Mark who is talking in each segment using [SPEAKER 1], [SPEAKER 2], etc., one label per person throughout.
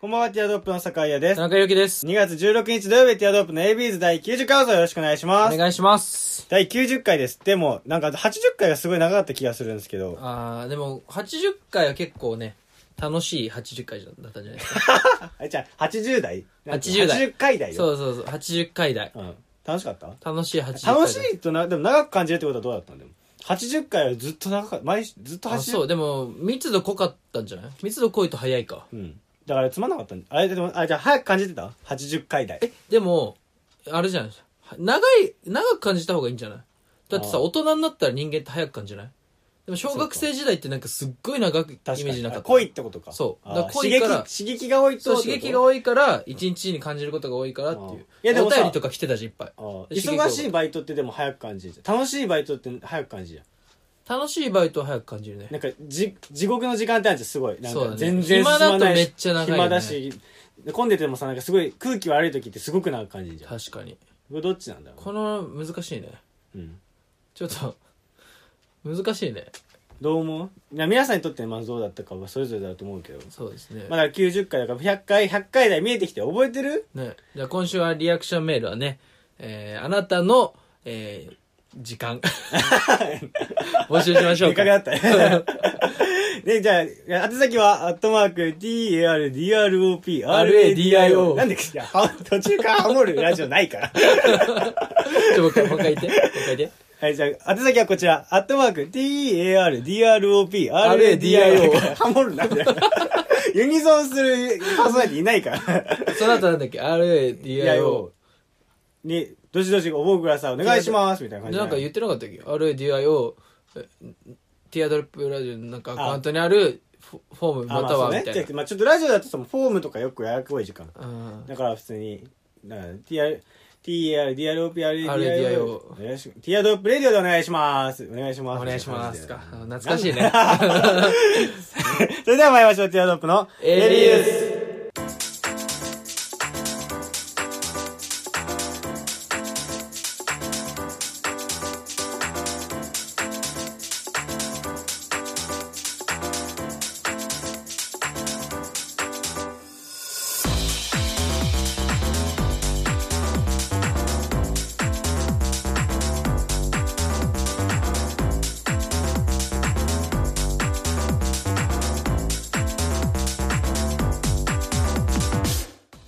[SPEAKER 1] こんばんは、ティアドロップの坂井で
[SPEAKER 2] 田
[SPEAKER 1] す。
[SPEAKER 2] 中裕樹です。
[SPEAKER 1] 2月16日土曜日、ティアドロップの ABs 第90回放送よろしくお願いし
[SPEAKER 2] お
[SPEAKER 1] ます。
[SPEAKER 2] 願いします。
[SPEAKER 1] 第90回です。でも、なんか80回がすごい長かった気がするんですけど、
[SPEAKER 2] あー、でも、80回は結構ね、楽しい80回だったんじゃないですか。
[SPEAKER 1] あれじゃあ80代
[SPEAKER 2] 80代
[SPEAKER 1] 80回代よ。
[SPEAKER 2] そうそうそう、80回台。
[SPEAKER 1] うん。楽しかった
[SPEAKER 2] 楽しい80回台。
[SPEAKER 1] 楽しいとな、でも長く感じるってことはどうだったんだよ。80回はずっと長かった。毎週ずっと
[SPEAKER 2] あ、
[SPEAKER 1] 走
[SPEAKER 2] そう、でも、密度濃かったんじゃない密度濃いと早いか。
[SPEAKER 1] うん。だからつまんなかったんだあれ、でも、あ、じゃあ早く感じてた ?80 回台。
[SPEAKER 2] え、でも、あれじゃない長い、長く感じた方がいいんじゃないだってさ、
[SPEAKER 1] あー
[SPEAKER 2] 大人になったら人間って早く感じないでも、小学生時代ってなんかすっごい長くイメージなかった。
[SPEAKER 1] 濃いってことか。
[SPEAKER 2] そう
[SPEAKER 1] あー
[SPEAKER 2] だから濃いから
[SPEAKER 1] 刺激、刺激が多いと
[SPEAKER 2] そう、
[SPEAKER 1] ってこと。
[SPEAKER 2] 刺激が多いから、一日に感じることが多いからっていう。
[SPEAKER 1] あーいやでも
[SPEAKER 2] お
[SPEAKER 1] さ
[SPEAKER 2] 便りとか来てたし、いっぱい。
[SPEAKER 1] ああ
[SPEAKER 2] 刺激が多か
[SPEAKER 1] 忙
[SPEAKER 2] った
[SPEAKER 1] しいバイトってでも早く感じるじゃん楽しいバイトって早く感じるじ
[SPEAKER 2] 楽しいバイトは早く感じるね
[SPEAKER 1] ゃん。なんかじ地獄の時間ってあるじゃんすごいなん
[SPEAKER 2] そうだ
[SPEAKER 1] か
[SPEAKER 2] ね
[SPEAKER 1] 全然進ま
[SPEAKER 2] 暇だ
[SPEAKER 1] な
[SPEAKER 2] と
[SPEAKER 1] い
[SPEAKER 2] め
[SPEAKER 1] し
[SPEAKER 2] っちゃ長いよね
[SPEAKER 1] 暇だし混んでてもさなんかすごい空気悪い時ってすごく長く感じるじゃんこ
[SPEAKER 2] 確かに
[SPEAKER 1] れどっちなんだろ
[SPEAKER 2] この難しいね
[SPEAKER 1] う、うん、
[SPEAKER 2] ちょっと難しいね
[SPEAKER 1] どう思ういや皆さんにとってまずどうだったかはそれぞれだと思うけど
[SPEAKER 2] そうですね,、
[SPEAKER 1] まあだから90回だから100回100回台見えてきて覚えてる
[SPEAKER 2] ねじゃあ今週はリアクションメールはね、えーあなたの、えー時 間募集しましょう
[SPEAKER 1] で
[SPEAKER 2] か
[SPEAKER 1] かくな ったねで、じゃあ、宛先は、アットマーク、tardrop,
[SPEAKER 2] RADIO
[SPEAKER 1] なんでいや、は途中からハモるラジオないから。
[SPEAKER 2] ちょもう一回もう一回言ってもう一回言って
[SPEAKER 1] はい、じゃあ、宛先はこちら、アットマーク、tardrop,
[SPEAKER 2] RADIO
[SPEAKER 1] RADIO。ハモるな、みたいな。 ユニゾンするパーソナリティいないから。
[SPEAKER 2] その後なんだっけ RADIO
[SPEAKER 1] に、どしどしご応募ください。お願いします、みたいな感じ。
[SPEAKER 2] なんか言ってなかったっけ RADIO えティアドロップラジオのなんかアカウントにあるフォフォーム
[SPEAKER 1] あ
[SPEAKER 2] ま
[SPEAKER 1] ま
[SPEAKER 2] た
[SPEAKER 1] たは
[SPEAKER 2] はみ
[SPEAKER 1] ね。
[SPEAKER 2] たい
[SPEAKER 1] じゃ
[SPEAKER 2] な
[SPEAKER 1] あまあちょっとラジオだとそのフォームとかよくややこい時間。
[SPEAKER 2] うん
[SPEAKER 1] だから普通に、だから TR、TR、DROP、
[SPEAKER 2] RADIO
[SPEAKER 1] RADIO、TROP、レディオでお願いします。お願いします。
[SPEAKER 2] お願いします
[SPEAKER 1] か
[SPEAKER 2] か。懐かしいね。
[SPEAKER 1] それでは参りましょう、TROP の
[SPEAKER 2] エリウス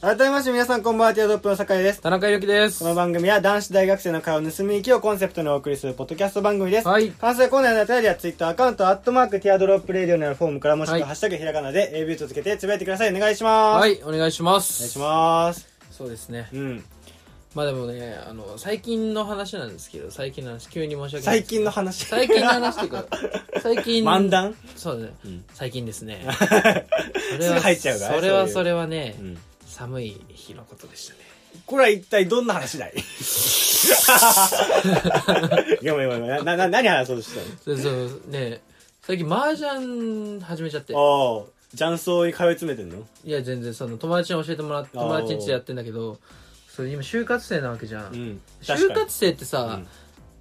[SPEAKER 1] 改めまして皆さんこんばんは、TROP の酒井です。
[SPEAKER 2] 田中裕樹です
[SPEAKER 1] こ。の番組は男子大学生の会を盗み行きをコンセプトにお送りするポッドキャスト番組です。
[SPEAKER 2] はい
[SPEAKER 1] 関西コーナーのお便りはツイッターアカウント、アットマーク、ティアドロップレディオのフォームからもしくは、
[SPEAKER 2] はい
[SPEAKER 1] ハッシュタグひらがなで AB とつけてつぶやいてください。お願いします。
[SPEAKER 2] は
[SPEAKER 1] お
[SPEAKER 2] い、お願いします。
[SPEAKER 1] 願いします。
[SPEAKER 2] そうですね。
[SPEAKER 1] うん。
[SPEAKER 2] まあでもね、あの、最近の話なんですけど、最近の話、急に申し訳ない
[SPEAKER 1] 最
[SPEAKER 2] ですけ
[SPEAKER 1] 近
[SPEAKER 2] ど。
[SPEAKER 1] の話。
[SPEAKER 2] 最近の話ってい うか、最近。
[SPEAKER 1] 漫談
[SPEAKER 2] そうだね
[SPEAKER 1] うん。
[SPEAKER 2] 最近ですね。そ
[SPEAKER 1] すぐ入っちゃうからね
[SPEAKER 2] それ
[SPEAKER 1] そう
[SPEAKER 2] は
[SPEAKER 1] いう
[SPEAKER 2] それはね
[SPEAKER 1] う、ん
[SPEAKER 2] 寒い日のことでしたね。
[SPEAKER 1] これは一体どんな話だい ごめんごめんごめん。な、な、何話そうとした
[SPEAKER 2] そうそう、ね、最近麻雀始めちゃって。
[SPEAKER 1] のああ、雀荘に通い詰めてんの
[SPEAKER 2] いや、全然、その、友達に教えてもらって、友達ん家でやってんだけど、そう、今、就活生なわけじゃん。
[SPEAKER 1] ん。
[SPEAKER 2] 就活
[SPEAKER 1] 確
[SPEAKER 2] 生ってさ、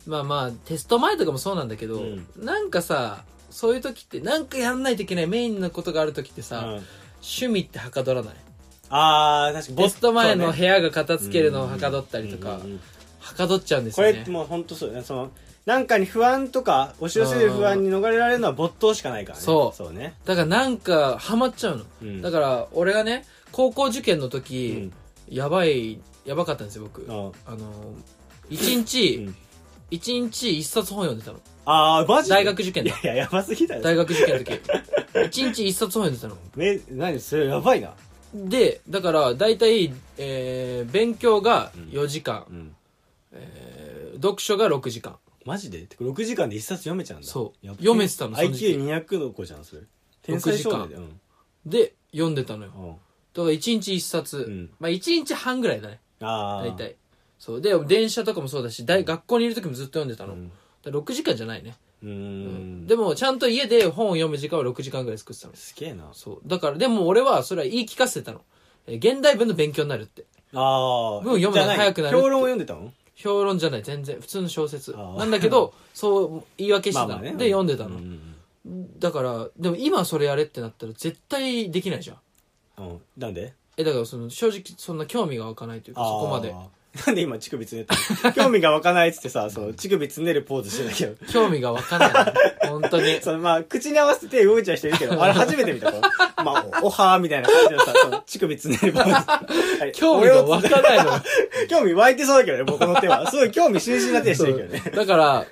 [SPEAKER 2] まあまあテスト前とかもそうなんだけど、
[SPEAKER 1] うん
[SPEAKER 2] なんかさそういう時ってなんかやんないといけないメインのことがある時ってさ、
[SPEAKER 1] かに。うん
[SPEAKER 2] 趣味ってはかどらない
[SPEAKER 1] ああ、確かに。
[SPEAKER 2] テスト前の
[SPEAKER 1] そう
[SPEAKER 2] 部
[SPEAKER 1] ね
[SPEAKER 2] 屋が片付けるのをはかどったりとか、
[SPEAKER 1] うんうんうん
[SPEAKER 2] はかどっちゃうんです
[SPEAKER 1] こ
[SPEAKER 2] よ
[SPEAKER 1] れ
[SPEAKER 2] ね
[SPEAKER 1] ってもう本当そうだね。その、なんかに不安とか、押し寄せる不安に逃れられるのは没頭しかないからね。
[SPEAKER 2] そう
[SPEAKER 1] そうね。
[SPEAKER 2] だからなんかハマっちゃうの、
[SPEAKER 1] うん
[SPEAKER 2] だから俺がね高校受験の
[SPEAKER 1] う
[SPEAKER 2] 時
[SPEAKER 1] ん、。
[SPEAKER 2] やばいやばかったんですよ僕、
[SPEAKER 1] あ
[SPEAKER 2] あ
[SPEAKER 1] ー
[SPEAKER 2] の一日、
[SPEAKER 1] うん
[SPEAKER 2] 一日一冊本読んでたの
[SPEAKER 1] あー、マジで
[SPEAKER 2] 大学受験
[SPEAKER 1] い
[SPEAKER 2] だ
[SPEAKER 1] やいや、やばすぎだ
[SPEAKER 2] 大
[SPEAKER 1] よ。
[SPEAKER 2] 学受験の時一日一冊本読んでたの
[SPEAKER 1] め、何それやばいな。
[SPEAKER 2] でだから大体、えー、勉強が
[SPEAKER 1] ん
[SPEAKER 2] 4時間、
[SPEAKER 1] うん。
[SPEAKER 2] えー読書が6時間
[SPEAKER 1] マジで6時間で一冊読めちゃうんだ
[SPEAKER 2] そう
[SPEAKER 1] やば
[SPEAKER 2] 読めてたのその時期
[SPEAKER 1] IQ200 の子じゃんそれ天才少年だよ
[SPEAKER 2] で読んでたのよ
[SPEAKER 1] うんうん
[SPEAKER 2] だから1日1冊、
[SPEAKER 1] ん
[SPEAKER 2] まあ1日半ぐらいだね
[SPEAKER 1] ああ
[SPEAKER 2] 大体そうで電車とかもそうだし大学校にいる時もずっと読んでたの、
[SPEAKER 1] うん
[SPEAKER 2] だ6時間じゃないね、
[SPEAKER 1] うーん
[SPEAKER 2] でもちゃんと家で本を読む時間は6時間ぐらい作ってたの
[SPEAKER 1] すげえな
[SPEAKER 2] そうだからでも俺はそれは言い聞かせてたの、えー現代文の勉強になるって
[SPEAKER 1] ああ
[SPEAKER 2] 文読むの早くなるって
[SPEAKER 1] 評論を読んでたの
[SPEAKER 2] 評論じゃない全然普通の小説
[SPEAKER 1] あー
[SPEAKER 2] なんだけ どそう言い訳してたの、で読んでたの、
[SPEAKER 1] うんうんうん
[SPEAKER 2] だからでも今それやれってなったら絶対できないじゃ
[SPEAKER 1] う
[SPEAKER 2] ん
[SPEAKER 1] ん。なんで
[SPEAKER 2] え、だからその、正直そんな興味が湧かないというか、そこまで。
[SPEAKER 1] あーなんで今乳首つねったの興味が湧かないっつってさ、その乳首つねるポーズしてたけ ど。
[SPEAKER 2] 興味が湧かない。 本当に。
[SPEAKER 1] そのまあ、口に合わせて手動いちゃう人いるけど、あれ初めて見たからまあ、おおはーみたいな感じのさ、その乳首つねるポ ーズはい。
[SPEAKER 2] 興味が湧かないの。
[SPEAKER 1] 俺を 興味湧いてそうだけどね、僕の手は。 すごい興味津々な手してるけどね。
[SPEAKER 2] だから、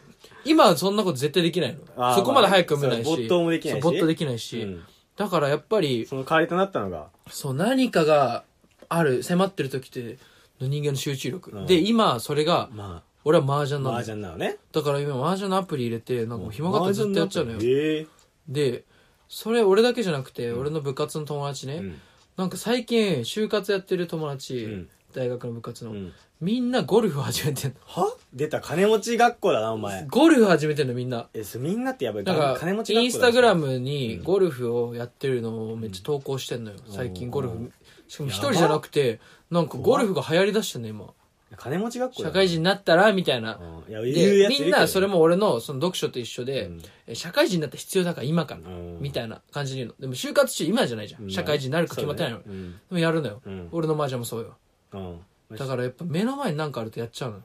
[SPEAKER 2] 今はそんなこと絶対できない
[SPEAKER 1] あ
[SPEAKER 2] の。
[SPEAKER 1] ー
[SPEAKER 2] そこまで早く読めないし。
[SPEAKER 1] まあそう没頭もできないし
[SPEAKER 2] そう没頭できないし。
[SPEAKER 1] うん
[SPEAKER 2] だからやっぱり、
[SPEAKER 1] その代わりとなったのが、
[SPEAKER 2] そう、何かがある、迫ってる時って、人間の集中力。
[SPEAKER 1] うん
[SPEAKER 2] で、今、それが、
[SPEAKER 1] ま
[SPEAKER 2] 俺は麻雀
[SPEAKER 1] あ、
[SPEAKER 2] な
[SPEAKER 1] 麻
[SPEAKER 2] の。
[SPEAKER 1] 雀なのね。
[SPEAKER 2] だから今、麻雀のアプリ入れて、なんかもう暇があったらずっとやっちゃうのよ。
[SPEAKER 1] え
[SPEAKER 2] で、それ俺だけじゃなくて、俺の部活の友達ね、
[SPEAKER 1] えうん
[SPEAKER 2] なんか最近、就活やってる友達、
[SPEAKER 1] うん
[SPEAKER 2] 大学の部活の、
[SPEAKER 1] うん
[SPEAKER 2] みんなゴルフ始めてんの。
[SPEAKER 1] は出た金持ち学校だな、お前。
[SPEAKER 2] ゴルフ始めてんのみんな。
[SPEAKER 1] え、そみんなってやばい。
[SPEAKER 2] だか
[SPEAKER 1] 金
[SPEAKER 2] ら
[SPEAKER 1] 持、ち学校だ
[SPEAKER 2] インスタグラムにゴルフをやってるのをめっちゃ投稿してんのよ。最近ゴル
[SPEAKER 1] うん
[SPEAKER 2] フ。しかも一人じゃなくて、なんかゴルフが流行りだしてんの今。
[SPEAKER 1] 金持ち学校だ
[SPEAKER 2] 社
[SPEAKER 1] な
[SPEAKER 2] 会人になったら、みたいな。
[SPEAKER 1] うんいや、言う
[SPEAKER 2] で
[SPEAKER 1] やついるけど
[SPEAKER 2] みんなそれも俺のその読書と一緒で、
[SPEAKER 1] うん
[SPEAKER 2] え社会人になったら必要だから今から、
[SPEAKER 1] うん
[SPEAKER 2] みたいな感じで言うのでも就活中今じゃないじゃ
[SPEAKER 1] うんん
[SPEAKER 2] 社会人になるか決まってないの、
[SPEAKER 1] そうだね
[SPEAKER 2] でもやるのよ、
[SPEAKER 1] うん
[SPEAKER 2] 俺の麻雀もそうよ
[SPEAKER 1] うんうん
[SPEAKER 2] だからやっぱ目の前に何かあるとやっちゃうの
[SPEAKER 1] い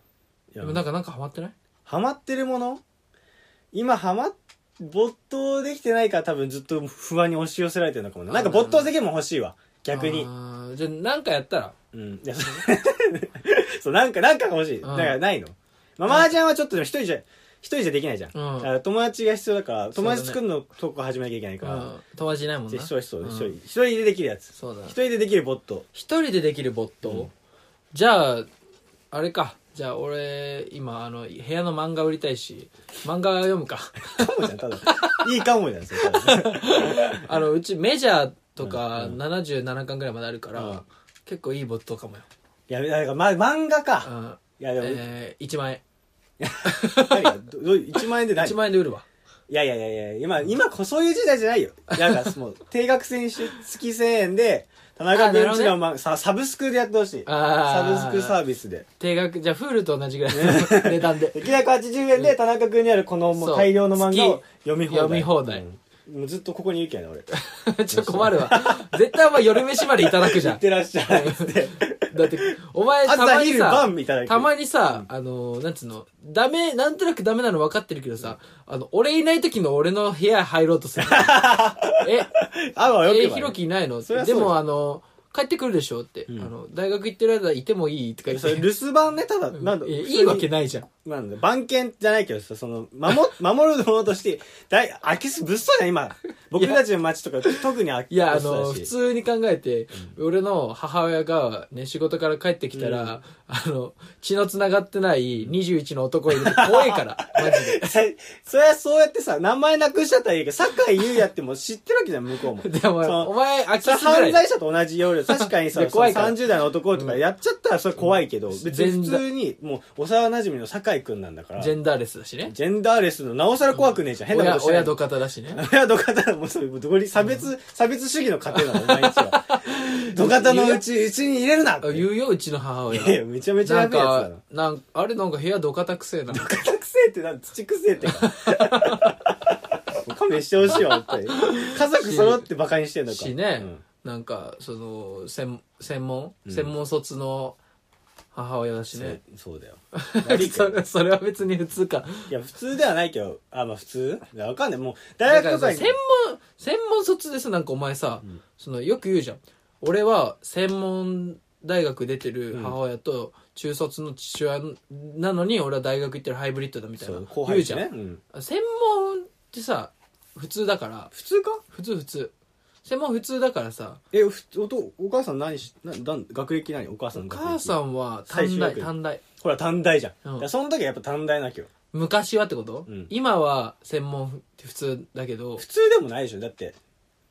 [SPEAKER 2] で
[SPEAKER 1] や
[SPEAKER 2] もなんかなんかハマってない
[SPEAKER 1] ハマってるもの今ハマっ没頭できてないから多分ずっと不安に押し寄せられてるのかもななんか没頭できるもん欲しいわ逆に
[SPEAKER 2] あーじゃあ何かやったら
[SPEAKER 1] うんいやそう そうなんかなんかが欲しいだからないのまあ麻雀はちょっとでも一人じゃ一人じゃできないじゃん、
[SPEAKER 2] うん
[SPEAKER 1] だから友達が必要だから
[SPEAKER 2] そう
[SPEAKER 1] 友
[SPEAKER 2] だね
[SPEAKER 1] 達作るのとこ始めなきゃいけないから、
[SPEAKER 2] うん友達いないもん
[SPEAKER 1] じ
[SPEAKER 2] な
[SPEAKER 1] ゃあ一人一人
[SPEAKER 2] うん
[SPEAKER 1] 一人一人でできるやつ
[SPEAKER 2] そうだ
[SPEAKER 1] 一人でできる没頭
[SPEAKER 2] 一人でできる没頭、じゃああれかじゃあ俺今あの部屋の漫画売りたいし漫画読むか
[SPEAKER 1] かもじゃんただいいかもじゃんそれ ただ
[SPEAKER 2] あのうちメジャーとか77巻ぐらいまであるから、
[SPEAKER 1] うん
[SPEAKER 2] 結構いい没頭かもよ、
[SPEAKER 1] いやだから、ま、漫画
[SPEAKER 2] う
[SPEAKER 1] か
[SPEAKER 2] ん
[SPEAKER 1] いやでも、
[SPEAKER 2] えー、1万円
[SPEAKER 1] 何がどどう1万円で何
[SPEAKER 2] 1万円で売るわ
[SPEAKER 1] いやいやいやいや、今、今こそういう時代じゃないよ。なんかもう、定額選手月1000円で、田中弁一の、まさサブスクでやってほしい。サブ
[SPEAKER 2] あー
[SPEAKER 1] スクサービスで。
[SPEAKER 2] 定額じゃあフールと同じぐらいの 値段で
[SPEAKER 1] 980円で田中君にあるこのも
[SPEAKER 2] そう
[SPEAKER 1] う大量の漫画を
[SPEAKER 2] 月
[SPEAKER 1] 読み放題。
[SPEAKER 2] 読み放題
[SPEAKER 1] うんもうずっとここにいるけどね、俺。
[SPEAKER 2] ちょっと困るわ絶対お前夜飯までいただくじゃ
[SPEAKER 1] 行
[SPEAKER 2] ん
[SPEAKER 1] ってらっしゃいって。
[SPEAKER 2] だってお前たま
[SPEAKER 1] 朝
[SPEAKER 2] に
[SPEAKER 1] 昼
[SPEAKER 2] さ
[SPEAKER 1] 晩みたいな。
[SPEAKER 2] たまにさ、あの、なんつうの、ダメ、なんとなくダメなの分かってるけどさ、あの、俺いない時の俺の部屋入ろうとする。 え、
[SPEAKER 1] あわよ
[SPEAKER 2] え、
[SPEAKER 1] くば
[SPEAKER 2] ひろ
[SPEAKER 1] ね。
[SPEAKER 2] きいないの
[SPEAKER 1] そりゃそ
[SPEAKER 2] で
[SPEAKER 1] うだよ
[SPEAKER 2] もあの、帰ってくるでしょって、
[SPEAKER 1] うん
[SPEAKER 2] あの、大学行ってる間いてもいいとか言っ
[SPEAKER 1] それ
[SPEAKER 2] て。
[SPEAKER 1] 留守番ね、ただ、なんだ
[SPEAKER 2] えいいわけないじゃん。
[SPEAKER 1] なんだ、番犬じゃないけどさ、その、守、 守るものとして、だい、空き巣物騒じゃん、今。僕たちの街とか、特に空き巣
[SPEAKER 2] いや、あ
[SPEAKER 1] 物
[SPEAKER 2] の、
[SPEAKER 1] 騒
[SPEAKER 2] 普
[SPEAKER 1] だし
[SPEAKER 2] 通に考えて、俺の母親がね、仕事から帰ってきたら、あの、血の繋がってない21の男いるの怖い から、マジで。
[SPEAKER 1] そりゃそうやってさ、名前なくしちゃったらいいけど、酒井優也ってもう知ってるわけじゃん、向こうも。
[SPEAKER 2] でも
[SPEAKER 1] その
[SPEAKER 2] お前、飽き
[SPEAKER 1] それ
[SPEAKER 2] すぎな
[SPEAKER 1] 犯
[SPEAKER 2] い。
[SPEAKER 1] 罪者と同じ要領。確かに
[SPEAKER 2] い
[SPEAKER 1] さ、
[SPEAKER 2] や怖い
[SPEAKER 1] その
[SPEAKER 2] から
[SPEAKER 1] 30代の男とかやっちゃったらそれ怖いけど、別に普通に、もう、幼馴染の酒井くんなんだから、
[SPEAKER 2] ジ
[SPEAKER 1] ジ
[SPEAKER 2] ェンダーレスだしね。
[SPEAKER 1] ェンダーレスのなおさら怖くねえじゃん。変なこ
[SPEAKER 2] 親、
[SPEAKER 1] としてない
[SPEAKER 2] 親土方だしね。
[SPEAKER 1] 親土方はもうそれ、どこに差別、差別主義の家庭なの、毎日 は。土方のうち、うちに入れるなって
[SPEAKER 2] あ言うよ、うちの母
[SPEAKER 1] い
[SPEAKER 2] 親
[SPEAKER 1] や。いや、めちゃめちゃ
[SPEAKER 2] な
[SPEAKER 1] や
[SPEAKER 2] ん
[SPEAKER 1] べえやつだ
[SPEAKER 2] か
[SPEAKER 1] な。、
[SPEAKER 2] なんか、あれなんか部屋土方くせえな。
[SPEAKER 1] 土方くせえってなん土くせえ ってか。勘弁してほしいわ、本当に。家族揃ってバカにしてんのか。
[SPEAKER 2] しね、
[SPEAKER 1] うん
[SPEAKER 2] なんか、その、専、専門、専門卒の母親だしね。
[SPEAKER 1] そうそうだよ。
[SPEAKER 2] それ それは別に普通か。
[SPEAKER 1] いや、普通ではないけど、あ、まあ普通いやわかんない。もう、
[SPEAKER 2] だ
[SPEAKER 1] 大学
[SPEAKER 2] から
[SPEAKER 1] とか
[SPEAKER 2] さ
[SPEAKER 1] に。
[SPEAKER 2] 専門専門卒でさなんかお前さ、そのよく言うじゃん俺は専門大学出てる母親と中卒の父親なのに俺は大学行ってるハイブリッドだみたい
[SPEAKER 1] そ
[SPEAKER 2] な
[SPEAKER 1] う、後
[SPEAKER 2] 言う
[SPEAKER 1] 輩
[SPEAKER 2] じ
[SPEAKER 1] じ
[SPEAKER 2] ゃ
[SPEAKER 1] ゃ
[SPEAKER 2] ん、
[SPEAKER 1] ね。うん
[SPEAKER 2] 専門ってさ普通だから
[SPEAKER 1] 普通か
[SPEAKER 2] 普通普通専門普通だからさ
[SPEAKER 1] え、ふおと、お母さん何し、なだん学歴何お母さん
[SPEAKER 2] お
[SPEAKER 1] の学歴。
[SPEAKER 2] 母さんは
[SPEAKER 1] 最
[SPEAKER 2] 短
[SPEAKER 1] 終
[SPEAKER 2] 大
[SPEAKER 1] 学位
[SPEAKER 2] 短大
[SPEAKER 1] ほら、短大じゃん。
[SPEAKER 2] うん
[SPEAKER 1] だからその時はやっぱ短大なきゃ。
[SPEAKER 2] 昔はってこと、
[SPEAKER 1] うん
[SPEAKER 2] 今は専門って普通だけど
[SPEAKER 1] 普通でもないでしょだって。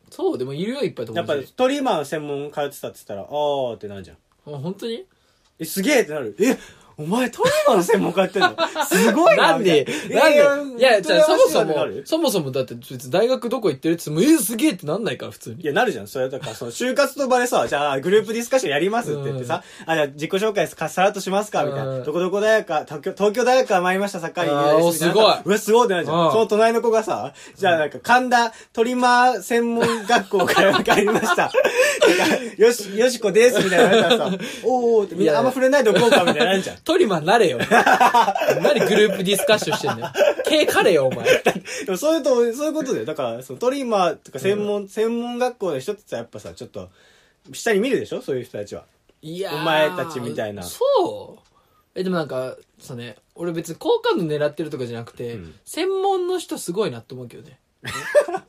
[SPEAKER 2] そうでもいるよいっぱい友
[SPEAKER 1] やっぱ
[SPEAKER 2] 達
[SPEAKER 1] りトリマー専門通ってたって言ったら、あーってなるじゃん。
[SPEAKER 2] あ本当に
[SPEAKER 1] え、すげえってなる。え、お前トリマーの専門家やってん のすごいな
[SPEAKER 2] なんで
[SPEAKER 1] み、たい
[SPEAKER 2] なんで、いや、じゃあそもそも
[SPEAKER 1] なる、
[SPEAKER 2] そもそもだって別に大学どこ行ってるって言っても、えー、すげえってなんないから普通
[SPEAKER 1] い
[SPEAKER 2] に。
[SPEAKER 1] や、なるじゃん。それだから、その、就活と場で さ、じゃあ、グループディスカッションやりますって言ってさ、あ、じゃあ、自己紹介かさらっとしますかみたいな。
[SPEAKER 2] うん
[SPEAKER 1] どこどこ大学か、東京、東京大学から参りました、サッカー
[SPEAKER 2] あー
[SPEAKER 1] に。みたな
[SPEAKER 2] おすごいう
[SPEAKER 1] わ、すごいってなるじゃ。
[SPEAKER 2] うんん
[SPEAKER 1] その隣の子がさ、じゃあ、なんか、神田トリマー専門学校から帰りま した。なんかよし、よしこです、みたいな。なんか さ、おーおーって、みんなあんま触れないでおこうか、みたいな。なるじゃん。
[SPEAKER 2] トリマーな れよ。何グループディスカッションしてんだよ。毛かれよ、お前。
[SPEAKER 1] でもそういうと、そういうことだよ。だから、そのトリマーとか専門、専門学校の人ってさ、やっぱさ、ちょっと、下に見るでしょそういう人たちは。
[SPEAKER 2] いや ー
[SPEAKER 1] お前たちみたいな
[SPEAKER 2] そうえ、でもなんか、そうね、俺別に好感度狙ってるとかじゃなくて、
[SPEAKER 1] うん
[SPEAKER 2] 専門の人すごいなって思うけ どね。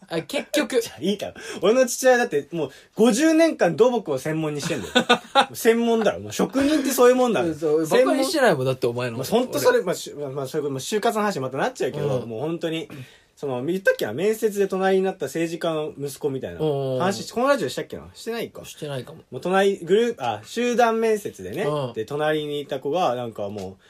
[SPEAKER 2] あ結局。
[SPEAKER 1] いいから。俺の父親だってもう50年間土木を専門にしてん だよ。もう専門だろ。もう職人ってそういうもんだろ。
[SPEAKER 2] そうバ
[SPEAKER 1] 専
[SPEAKER 2] カ
[SPEAKER 1] 門
[SPEAKER 2] にしてないもん、だってお前の。
[SPEAKER 1] まあ、本当それ、まあ、しゅまあまあ、そういうこと、まあ、就活の話にまたなっちゃうけど、
[SPEAKER 2] うん
[SPEAKER 1] もう本当に、その、言ったっけな、面接で隣になった政治家の息子みたいな
[SPEAKER 2] うん
[SPEAKER 1] 話、このラジオしたっけなしてないか
[SPEAKER 2] 俺。してないかも。
[SPEAKER 1] もう隣、グループ、あ、集団面接でね、
[SPEAKER 2] うん
[SPEAKER 1] で、隣にいた子が、なんかもう、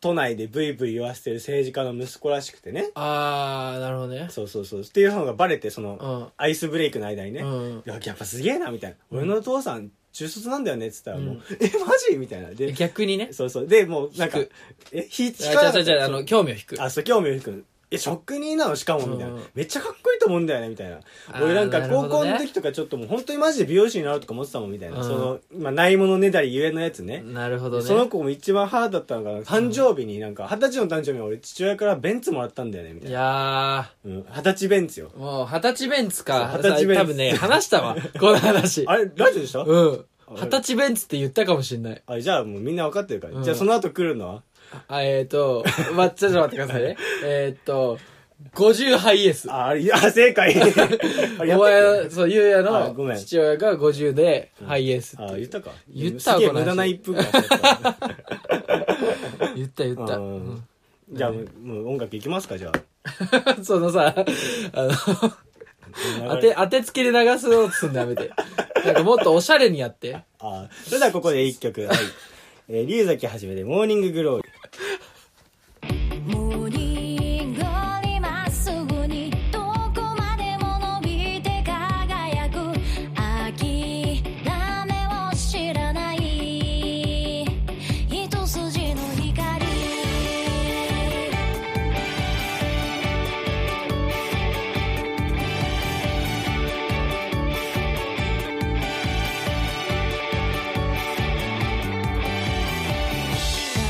[SPEAKER 1] 都内でブイブイ言わせてる政治家の息子らしくてね。
[SPEAKER 2] あー、なるほどね。
[SPEAKER 1] そうそうそう。っていうのがバレて、その、
[SPEAKER 2] うん
[SPEAKER 1] アイスブレイクの間にね、
[SPEAKER 2] うん
[SPEAKER 1] いややっぱすげえなみたいな、俺のお父さん中卒なんだよねっつったらもう、
[SPEAKER 2] うん
[SPEAKER 1] えマジみたいなで
[SPEAKER 2] 逆にね。
[SPEAKER 1] そうそうでもうなんか
[SPEAKER 2] 引く
[SPEAKER 1] え引い
[SPEAKER 2] じ
[SPEAKER 1] て
[SPEAKER 2] ゃあ、じゃあ、じゃあ、あの、興味を引く。
[SPEAKER 1] あそう興味を引くえ職人なのしかもみたいな、
[SPEAKER 2] うん
[SPEAKER 1] めっちゃかっこいいと思うんだよねみたいな
[SPEAKER 2] あー
[SPEAKER 1] 俺なんか
[SPEAKER 2] なる
[SPEAKER 1] 高
[SPEAKER 2] ほど
[SPEAKER 1] 校
[SPEAKER 2] ね
[SPEAKER 1] の時とかちょっともう本当にマジで美容師になろうとか思ってたもんみたいな、
[SPEAKER 2] うん
[SPEAKER 1] その、まあ、ないものねだりゆえのやつね、
[SPEAKER 2] なるほどね。
[SPEAKER 1] その子も一番ハードだったのが誕生日になんか二十歳の誕生日に俺父親からベンツもらったんだよねみたい
[SPEAKER 2] い
[SPEAKER 1] な
[SPEAKER 2] や
[SPEAKER 1] うん二十、歳ベンツよ
[SPEAKER 2] ー、もう、二十歳ベンツか。
[SPEAKER 1] そう二十歳ベンツ
[SPEAKER 2] 多分ね、話した わ。この話。
[SPEAKER 1] あれラジオでした、
[SPEAKER 2] うん。
[SPEAKER 1] あれ
[SPEAKER 2] 二十歳ベンツって言ったかもしんない。
[SPEAKER 1] あじゃあもうみんな分かってるから、
[SPEAKER 2] うん
[SPEAKER 1] じゃあその後来るのは
[SPEAKER 2] あ、えっ、ー、と、ま、ちょっと待ってく ださいね。えっと、50ハイエース。
[SPEAKER 1] あ、いや、正解。
[SPEAKER 2] お
[SPEAKER 1] お
[SPEAKER 2] 前、そう、ゆうや
[SPEAKER 1] あごめ
[SPEAKER 2] の
[SPEAKER 1] ん
[SPEAKER 2] 父親が50でハイエースって
[SPEAKER 1] あ、言ったか。
[SPEAKER 2] 言ったわ
[SPEAKER 1] すげえ
[SPEAKER 2] この
[SPEAKER 1] 無
[SPEAKER 2] 話
[SPEAKER 1] 駄な1分間だ った。
[SPEAKER 2] 言った言った。
[SPEAKER 1] う
[SPEAKER 2] うんん
[SPEAKER 1] じゃあ、もうもう音楽いきますか、じゃあ。
[SPEAKER 2] そのさ、あの、当て、当てつけで流すのすんのやめて。なんかもっとおしゃれにやって。
[SPEAKER 1] あ、それではここで1曲。はい。えー、龍崎はじめで、モーニンググローリー。
[SPEAKER 3] もう濁りまっすぐにどこまでも伸びて輝く諦めを知らない一筋の光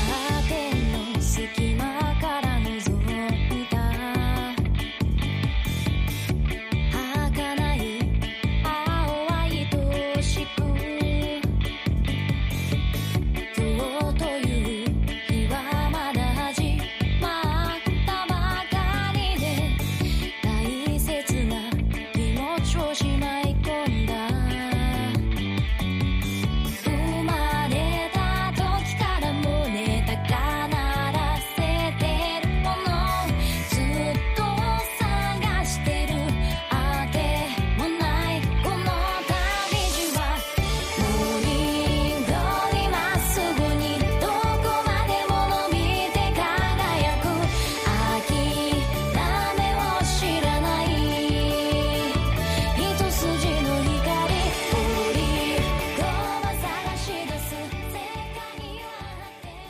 [SPEAKER 3] カーテンの隙間から覗いた儚い青は愛しく今日という日はまだ始まったばかりで大切な気持ちをしまい込んだ生まれた時から胸高鳴らせてるものずっと探してるあてもないこの旅路はもう濁りまっすぐにどこまでも伸びて輝く諦めを知らない一筋の光「ゴーリーゴーを探し出す世界はあって」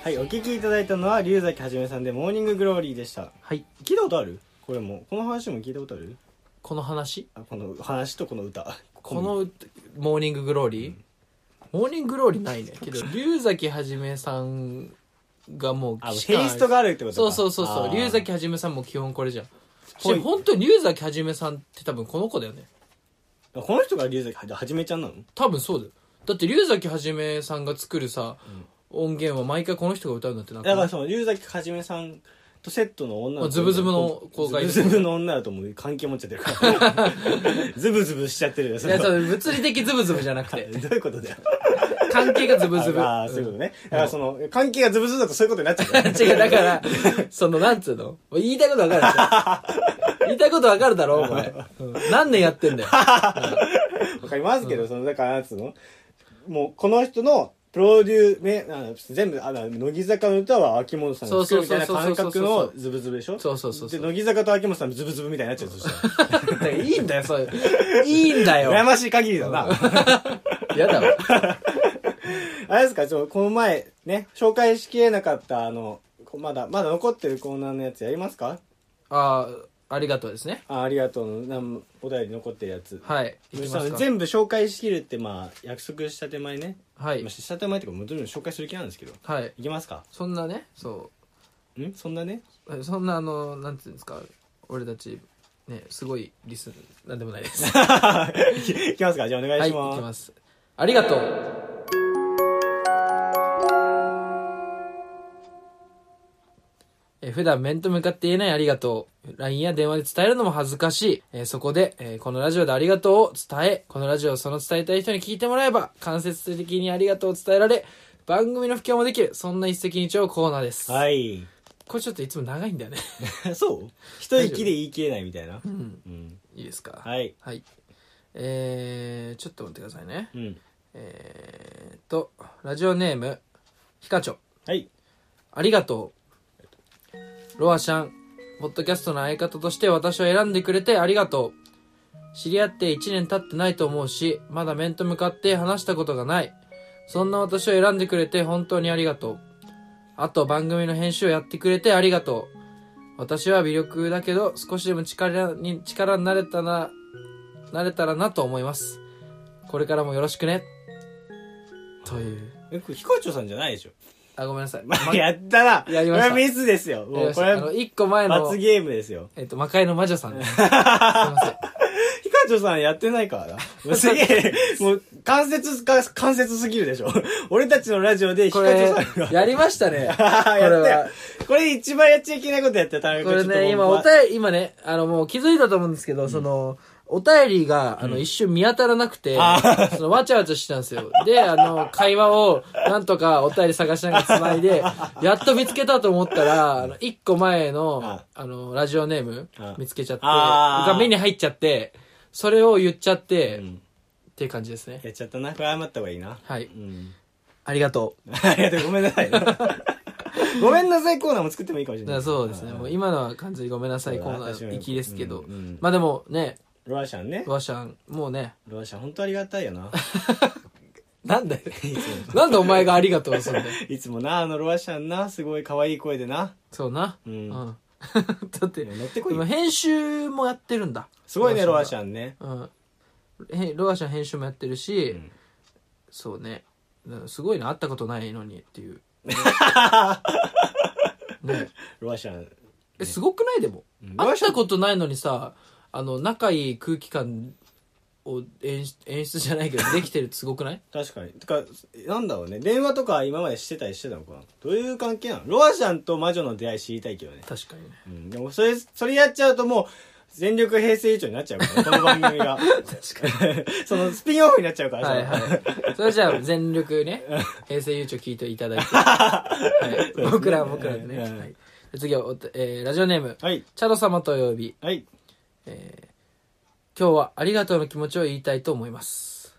[SPEAKER 1] はい、お聴きいただいたのは、龍崎はじめさんで、モーニンググローリーでした。
[SPEAKER 2] はい。
[SPEAKER 1] 聞いたことあるこれも。この話も聞いたことある
[SPEAKER 2] この話
[SPEAKER 1] あ、この話とこの歌。
[SPEAKER 2] この歌モーニンググローリー、モーニンググローリーないね。けど、龍崎はじめさんがもう
[SPEAKER 1] あ、
[SPEAKER 2] しか
[SPEAKER 1] テイストがあるってこと
[SPEAKER 2] そう
[SPEAKER 1] か
[SPEAKER 2] そうそうそう。龍。崎はじめさんも基本これじゃん。
[SPEAKER 1] ぽい
[SPEAKER 2] し本当に龍崎はじめさんって多分この子だよね。
[SPEAKER 1] あーこの人が龍崎ははじめちゃんなの
[SPEAKER 2] 多分そうだよ。だって龍崎はじめさんが作るさ、音源は毎回この人が歌うんだってなん
[SPEAKER 1] だから
[SPEAKER 2] か。
[SPEAKER 1] その龍崎はじめさんとセットの女の
[SPEAKER 2] まあズブズブの子がいる
[SPEAKER 1] ズブズブの女だともう関係持っちゃってるから ズブズブしちゃってるよそ
[SPEAKER 2] い
[SPEAKER 1] れ
[SPEAKER 2] や、
[SPEAKER 1] は
[SPEAKER 2] その物理的ズブズブじゃなく て、
[SPEAKER 1] どういうことだよ
[SPEAKER 2] 関係がズブズブ。
[SPEAKER 1] ああそういうことねだからその関係がズブズブだとそういうことになっちゃうから
[SPEAKER 2] 違う、だから、その、なんつうの言いたいことわかるでし ょ言いたいことわかるだろ、お 前。うん何年やってんだよ。
[SPEAKER 1] わかりますけどそのだからなんつうのもうこの人のプロデュー、ね、あの全部、あの、乃木坂の歌は秋元さんが作るみたいな
[SPEAKER 2] そうそうそ
[SPEAKER 1] 感
[SPEAKER 2] うそう
[SPEAKER 1] 覚
[SPEAKER 2] そう
[SPEAKER 1] のズブズブでしょ
[SPEAKER 2] そうそうそうそう
[SPEAKER 1] で、乃木坂と秋元さんズブズブみたいになっちゃうそしたら。
[SPEAKER 2] いいんだよ、そういう。いいんだよ。
[SPEAKER 1] 羨ましい限りだな。
[SPEAKER 2] やだわ。
[SPEAKER 1] あれですか、ちょ、この前、ね、紹介しきれなかった、あの、こまだ、まだ残ってるコーナーのやつやりますか
[SPEAKER 2] ああ、ありがとうですね。
[SPEAKER 1] あありがとうの、なんお便り残ってるやつ。
[SPEAKER 2] はい。いきますか。
[SPEAKER 1] 全部紹介しきるって、まあ、約束した手前ね。
[SPEAKER 2] はい
[SPEAKER 1] まあ。した手前っていうか、もちろん紹介する気なんですけど。
[SPEAKER 2] はい。
[SPEAKER 1] いきますか
[SPEAKER 2] そんなね、そ
[SPEAKER 1] んそんなね。
[SPEAKER 2] う。そんな、あの、なんていうんですか、俺たち、ね、すごいリス、なんでもないです。
[SPEAKER 1] いきますかじゃあお願いし
[SPEAKER 2] はい、い
[SPEAKER 1] ます。
[SPEAKER 2] きます。ありがとう。えー普段面と向かって言えないありがとう。LINE や電話で伝えるのも恥ずかしい。えーそこで、えーこのラジオでありがとうを伝え、このラジオをその伝えたい人に聞いてもらえば、間接的にありがとうを伝えられ、番組の布教もできる、そんな一石二鳥コーナーです。
[SPEAKER 1] はい。
[SPEAKER 2] これちょっといつも長いんだよね。
[SPEAKER 1] そう一息で言い切れないみたいな。
[SPEAKER 2] うん。
[SPEAKER 1] うん。
[SPEAKER 2] いいですか。い。
[SPEAKER 1] はい。
[SPEAKER 2] はい。えー、ちょっと待ってくださいね。
[SPEAKER 1] うん。
[SPEAKER 2] えーっと、ラジオネーム、ひかちょ。
[SPEAKER 1] はい。
[SPEAKER 2] ありがとう。ロアシャン、ポッドキャストの相方として私を選んでくれてありがとう。知り合って1年経ってないと思うし、まだ面と向かって話したことがない。そんな私を選んでくれて本当にありがとう。あと番組の編集をやってくれてありがとう。私は微力だけど少しでも力に、力になれたな、なれたらなと思います。これからもよろしくね。という。
[SPEAKER 1] え、これ、ひこちょさんじゃないでしょ。
[SPEAKER 2] あ、ごめんなさい。
[SPEAKER 1] ま
[SPEAKER 2] ま
[SPEAKER 1] あ、やったな。
[SPEAKER 2] やりました
[SPEAKER 1] これはミスですよ。もう、これ
[SPEAKER 2] あの、
[SPEAKER 1] は、
[SPEAKER 2] 一個前の
[SPEAKER 1] 罰、ゲームですよ。
[SPEAKER 2] えっと、魔界の魔女さんです。すいません。
[SPEAKER 1] ひこちょさんやってないからな。も うすげえ、もう、関節か、関節すぎるでしょ。俺たちのラジオでひ
[SPEAKER 2] こ
[SPEAKER 1] こちょ
[SPEAKER 2] れ
[SPEAKER 1] さ ん、が。
[SPEAKER 2] やりましたね。これ
[SPEAKER 1] ああ、やったよ
[SPEAKER 2] は。。
[SPEAKER 1] これ一番やっちゃいけないことやってた
[SPEAKER 2] これね、今、お便り、今ね、あの、もう気づいたと思うんですけど、その、お便りが、あの、一瞬見当たらなくて、
[SPEAKER 1] あ
[SPEAKER 2] その、わちゃわちゃしてたんですよ。で、あの、会話を、なんとかお便り探しながら繋い で、やっと見つけたと思ったら、あの、一個前の
[SPEAKER 1] あ、
[SPEAKER 2] あの、ラジオネーム
[SPEAKER 1] あ、
[SPEAKER 2] 見つけちゃって、
[SPEAKER 1] あー
[SPEAKER 2] が目に入っちゃって、それを言っちゃって、
[SPEAKER 1] ん
[SPEAKER 2] っていう感じですね。
[SPEAKER 1] やっちゃったな。これ謝った方がいいな。。
[SPEAKER 2] はいう
[SPEAKER 1] ん。
[SPEAKER 2] ありがとう。
[SPEAKER 1] ありがとう。ごめんなさ い。ごめんなさいコーナーも作ってもいいかもしれ
[SPEAKER 2] だ
[SPEAKER 1] な
[SPEAKER 2] から
[SPEAKER 1] い。
[SPEAKER 2] そうですね。もう今のは完全にごめんなさい
[SPEAKER 1] そう
[SPEAKER 2] コ
[SPEAKER 1] だ
[SPEAKER 2] ーナ
[SPEAKER 1] 私も
[SPEAKER 2] ー行きですけど
[SPEAKER 1] うんうん。
[SPEAKER 2] まあでもね、
[SPEAKER 1] ロアシャンね。
[SPEAKER 2] ワシャン、もうね、
[SPEAKER 1] ロアシャン、本当ありがたいよ な。
[SPEAKER 2] なんだよ。 なんでお前がありがとうすんだよ。
[SPEAKER 1] いつもな、あのロアシャンな、すごい可愛い声でな。
[SPEAKER 2] そうな。
[SPEAKER 1] うん
[SPEAKER 2] うん。 だって、
[SPEAKER 1] 乗ってこいよ
[SPEAKER 2] 今編集もやってるんだ。
[SPEAKER 1] すごいね、ロアシ
[SPEAKER 2] ン
[SPEAKER 1] ャンね。
[SPEAKER 2] が。うん。へロアシャン編集もやってるし、そうね。うんすごいな、会ったことないのにっていう。ね。
[SPEAKER 1] ロアシャン。
[SPEAKER 2] え、すごくないでも
[SPEAKER 1] ん。
[SPEAKER 2] 会ったことないのにさ、あの、仲いい空気感を演出演出じゃないけど、できてるってすごくない
[SPEAKER 1] 確かに。てか、なんだろうね。電話とか今までしてたりしてたのかな。どういう関係なのロアシャンと魔女の出会い知りたいけどね。
[SPEAKER 2] 確かにね。
[SPEAKER 1] うん。でも、それ、それやっちゃうともう、全力平成以上になっちゃう から、この番組が。確かに。 その、スピンオフになっちゃうから、
[SPEAKER 2] はいは
[SPEAKER 1] その
[SPEAKER 2] い。それじゃあ、全 力ね、平成ゆうちょ聞いていただいて。はい、僕ら、僕らでね。
[SPEAKER 1] うん
[SPEAKER 2] はい、次はおて、えーラジオネーム、
[SPEAKER 1] はい。
[SPEAKER 2] チャド様とお呼び、
[SPEAKER 1] はい。
[SPEAKER 2] 今日はありがとうの気持ちを言いたいと思います。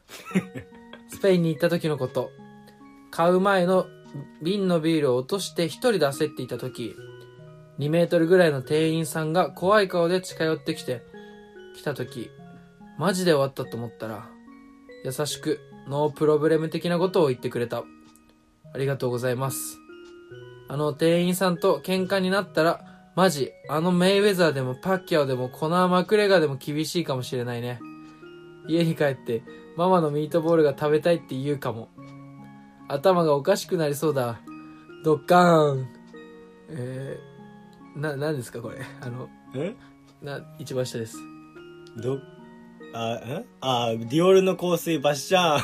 [SPEAKER 2] スペインに行った時のこと、買う前の瓶のビールを落として一人で焦っていた時、2メートルぐらいの店員さんが怖い顔で近寄ってきて、来た時、マジで終わったと思ったら、優しく、ノープロブレム的なことを言ってくれた。ありがとうございます。あの店員さんと喧嘩になったら、マジ、あのメイウェザーでもパッキャオでもコナー・マクレガーでも厳しいかもしれないね。家に帰って、ママのミートボールが食べたいって言うかも。頭がおかしくなりそうだ。ドッカーン。えー、な、何ですかこれ。あの、
[SPEAKER 1] ん
[SPEAKER 2] な、一番下です。
[SPEAKER 1] ど、あ、んあ、ディオールの香水バッシ ャーン。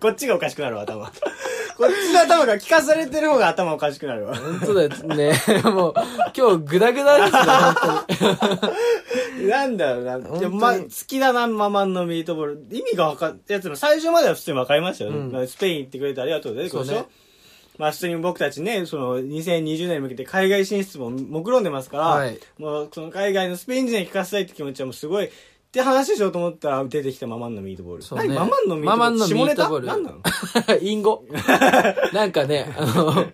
[SPEAKER 1] こっちがおかしくなるわ、頭。こっちの頭が聞かされてる方が頭おかしくなるわ。
[SPEAKER 2] 本当だよね。 もう、今日グダグダですよ、本当に。
[SPEAKER 1] なんだろうな。
[SPEAKER 2] 当に
[SPEAKER 1] でもま、好きだな、ママンのミートボール。意味がわかん、いやつも最初までは普通にわかりましたよ、
[SPEAKER 2] うん
[SPEAKER 1] まあスペイン行ってくれてありがとうでしょ、
[SPEAKER 2] そうね
[SPEAKER 1] まあ普通に僕たちね、その2020年に向けて海外進出も目論んでますから、
[SPEAKER 2] はい
[SPEAKER 1] もうその海外のスペイン人に聞かせたいって気持ちはもうすごいって話しようと思ったら出てきたママンのミートボール。
[SPEAKER 2] そうね
[SPEAKER 1] 何ママンのミートボール
[SPEAKER 2] ママンのミートボー
[SPEAKER 1] 下ネタ
[SPEAKER 2] ル
[SPEAKER 1] 何なの
[SPEAKER 2] イ ンゴ。なんかね、あの、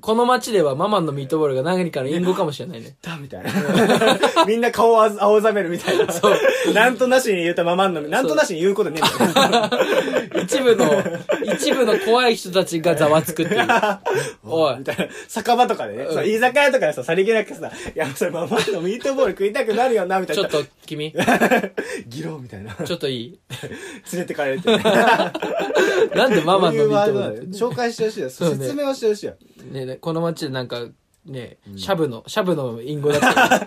[SPEAKER 2] この街ではママンのミートボールが何かのインゴかもしれないね。
[SPEAKER 1] だみたいな。 みんな顔をあざ青ざめるみたい な。なんとなしに言ったママンの、なんとなしに言うことねえんだよ。
[SPEAKER 2] 一部の、一部の怖い人たちがざわつくって いう。おい
[SPEAKER 1] み。たいな。酒場とかでね、そう居酒屋とかでさ、さりげなくさ、いや、それママンのミートボール食いたくなるよな、みたい
[SPEAKER 2] ち
[SPEAKER 1] な。
[SPEAKER 2] ょっと君、
[SPEAKER 1] 議論みたいな。
[SPEAKER 2] ちょっといい
[SPEAKER 1] 連れてかれるってね。
[SPEAKER 2] なんで ママン
[SPEAKER 1] こうい
[SPEAKER 2] のミートボール
[SPEAKER 1] うワードなのよ紹介してほしいよ。
[SPEAKER 2] そうね
[SPEAKER 1] 説明をしてほしいよ。
[SPEAKER 2] ねねこの街でなんか、ね、シャブの、シャブの隠語だった。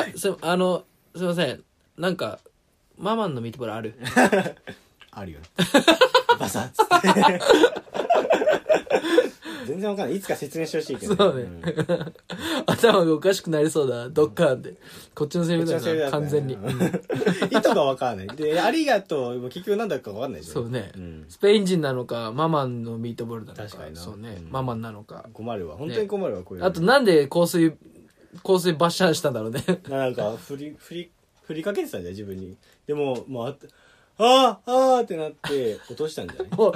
[SPEAKER 2] あ、す、あの、すいません。なんか、ママンのミートボールある
[SPEAKER 1] あ るよ。バサッつって。全然わかんない。いつか説明してほしいけど。
[SPEAKER 2] そうね
[SPEAKER 1] ん
[SPEAKER 2] 頭がおかしくなりそうだ。どっかで。こっちのセリフ
[SPEAKER 1] こっちの
[SPEAKER 2] だ
[SPEAKER 1] セリフ
[SPEAKER 2] よ
[SPEAKER 1] だ
[SPEAKER 2] な、
[SPEAKER 1] ったね
[SPEAKER 2] 完全に。
[SPEAKER 1] 意図がわからない。で、ありがとう、もう結局なんだかわかんないでしょ。
[SPEAKER 2] そうね、
[SPEAKER 1] ん
[SPEAKER 2] スペイン人なのか、ママンのミートボールなのか。
[SPEAKER 1] 確かにな
[SPEAKER 2] そうね、
[SPEAKER 1] うん
[SPEAKER 2] ママンなのか。
[SPEAKER 1] 困るわ。本当に困るわ、こういうの。
[SPEAKER 2] あと、なんで香水、香水バッシャンしたんだろうね。
[SPEAKER 1] なんか、振り、振り、振りかけてたんだよ、自分に。でも、もう、あああーあーってなって、落としたんじゃない
[SPEAKER 2] もう、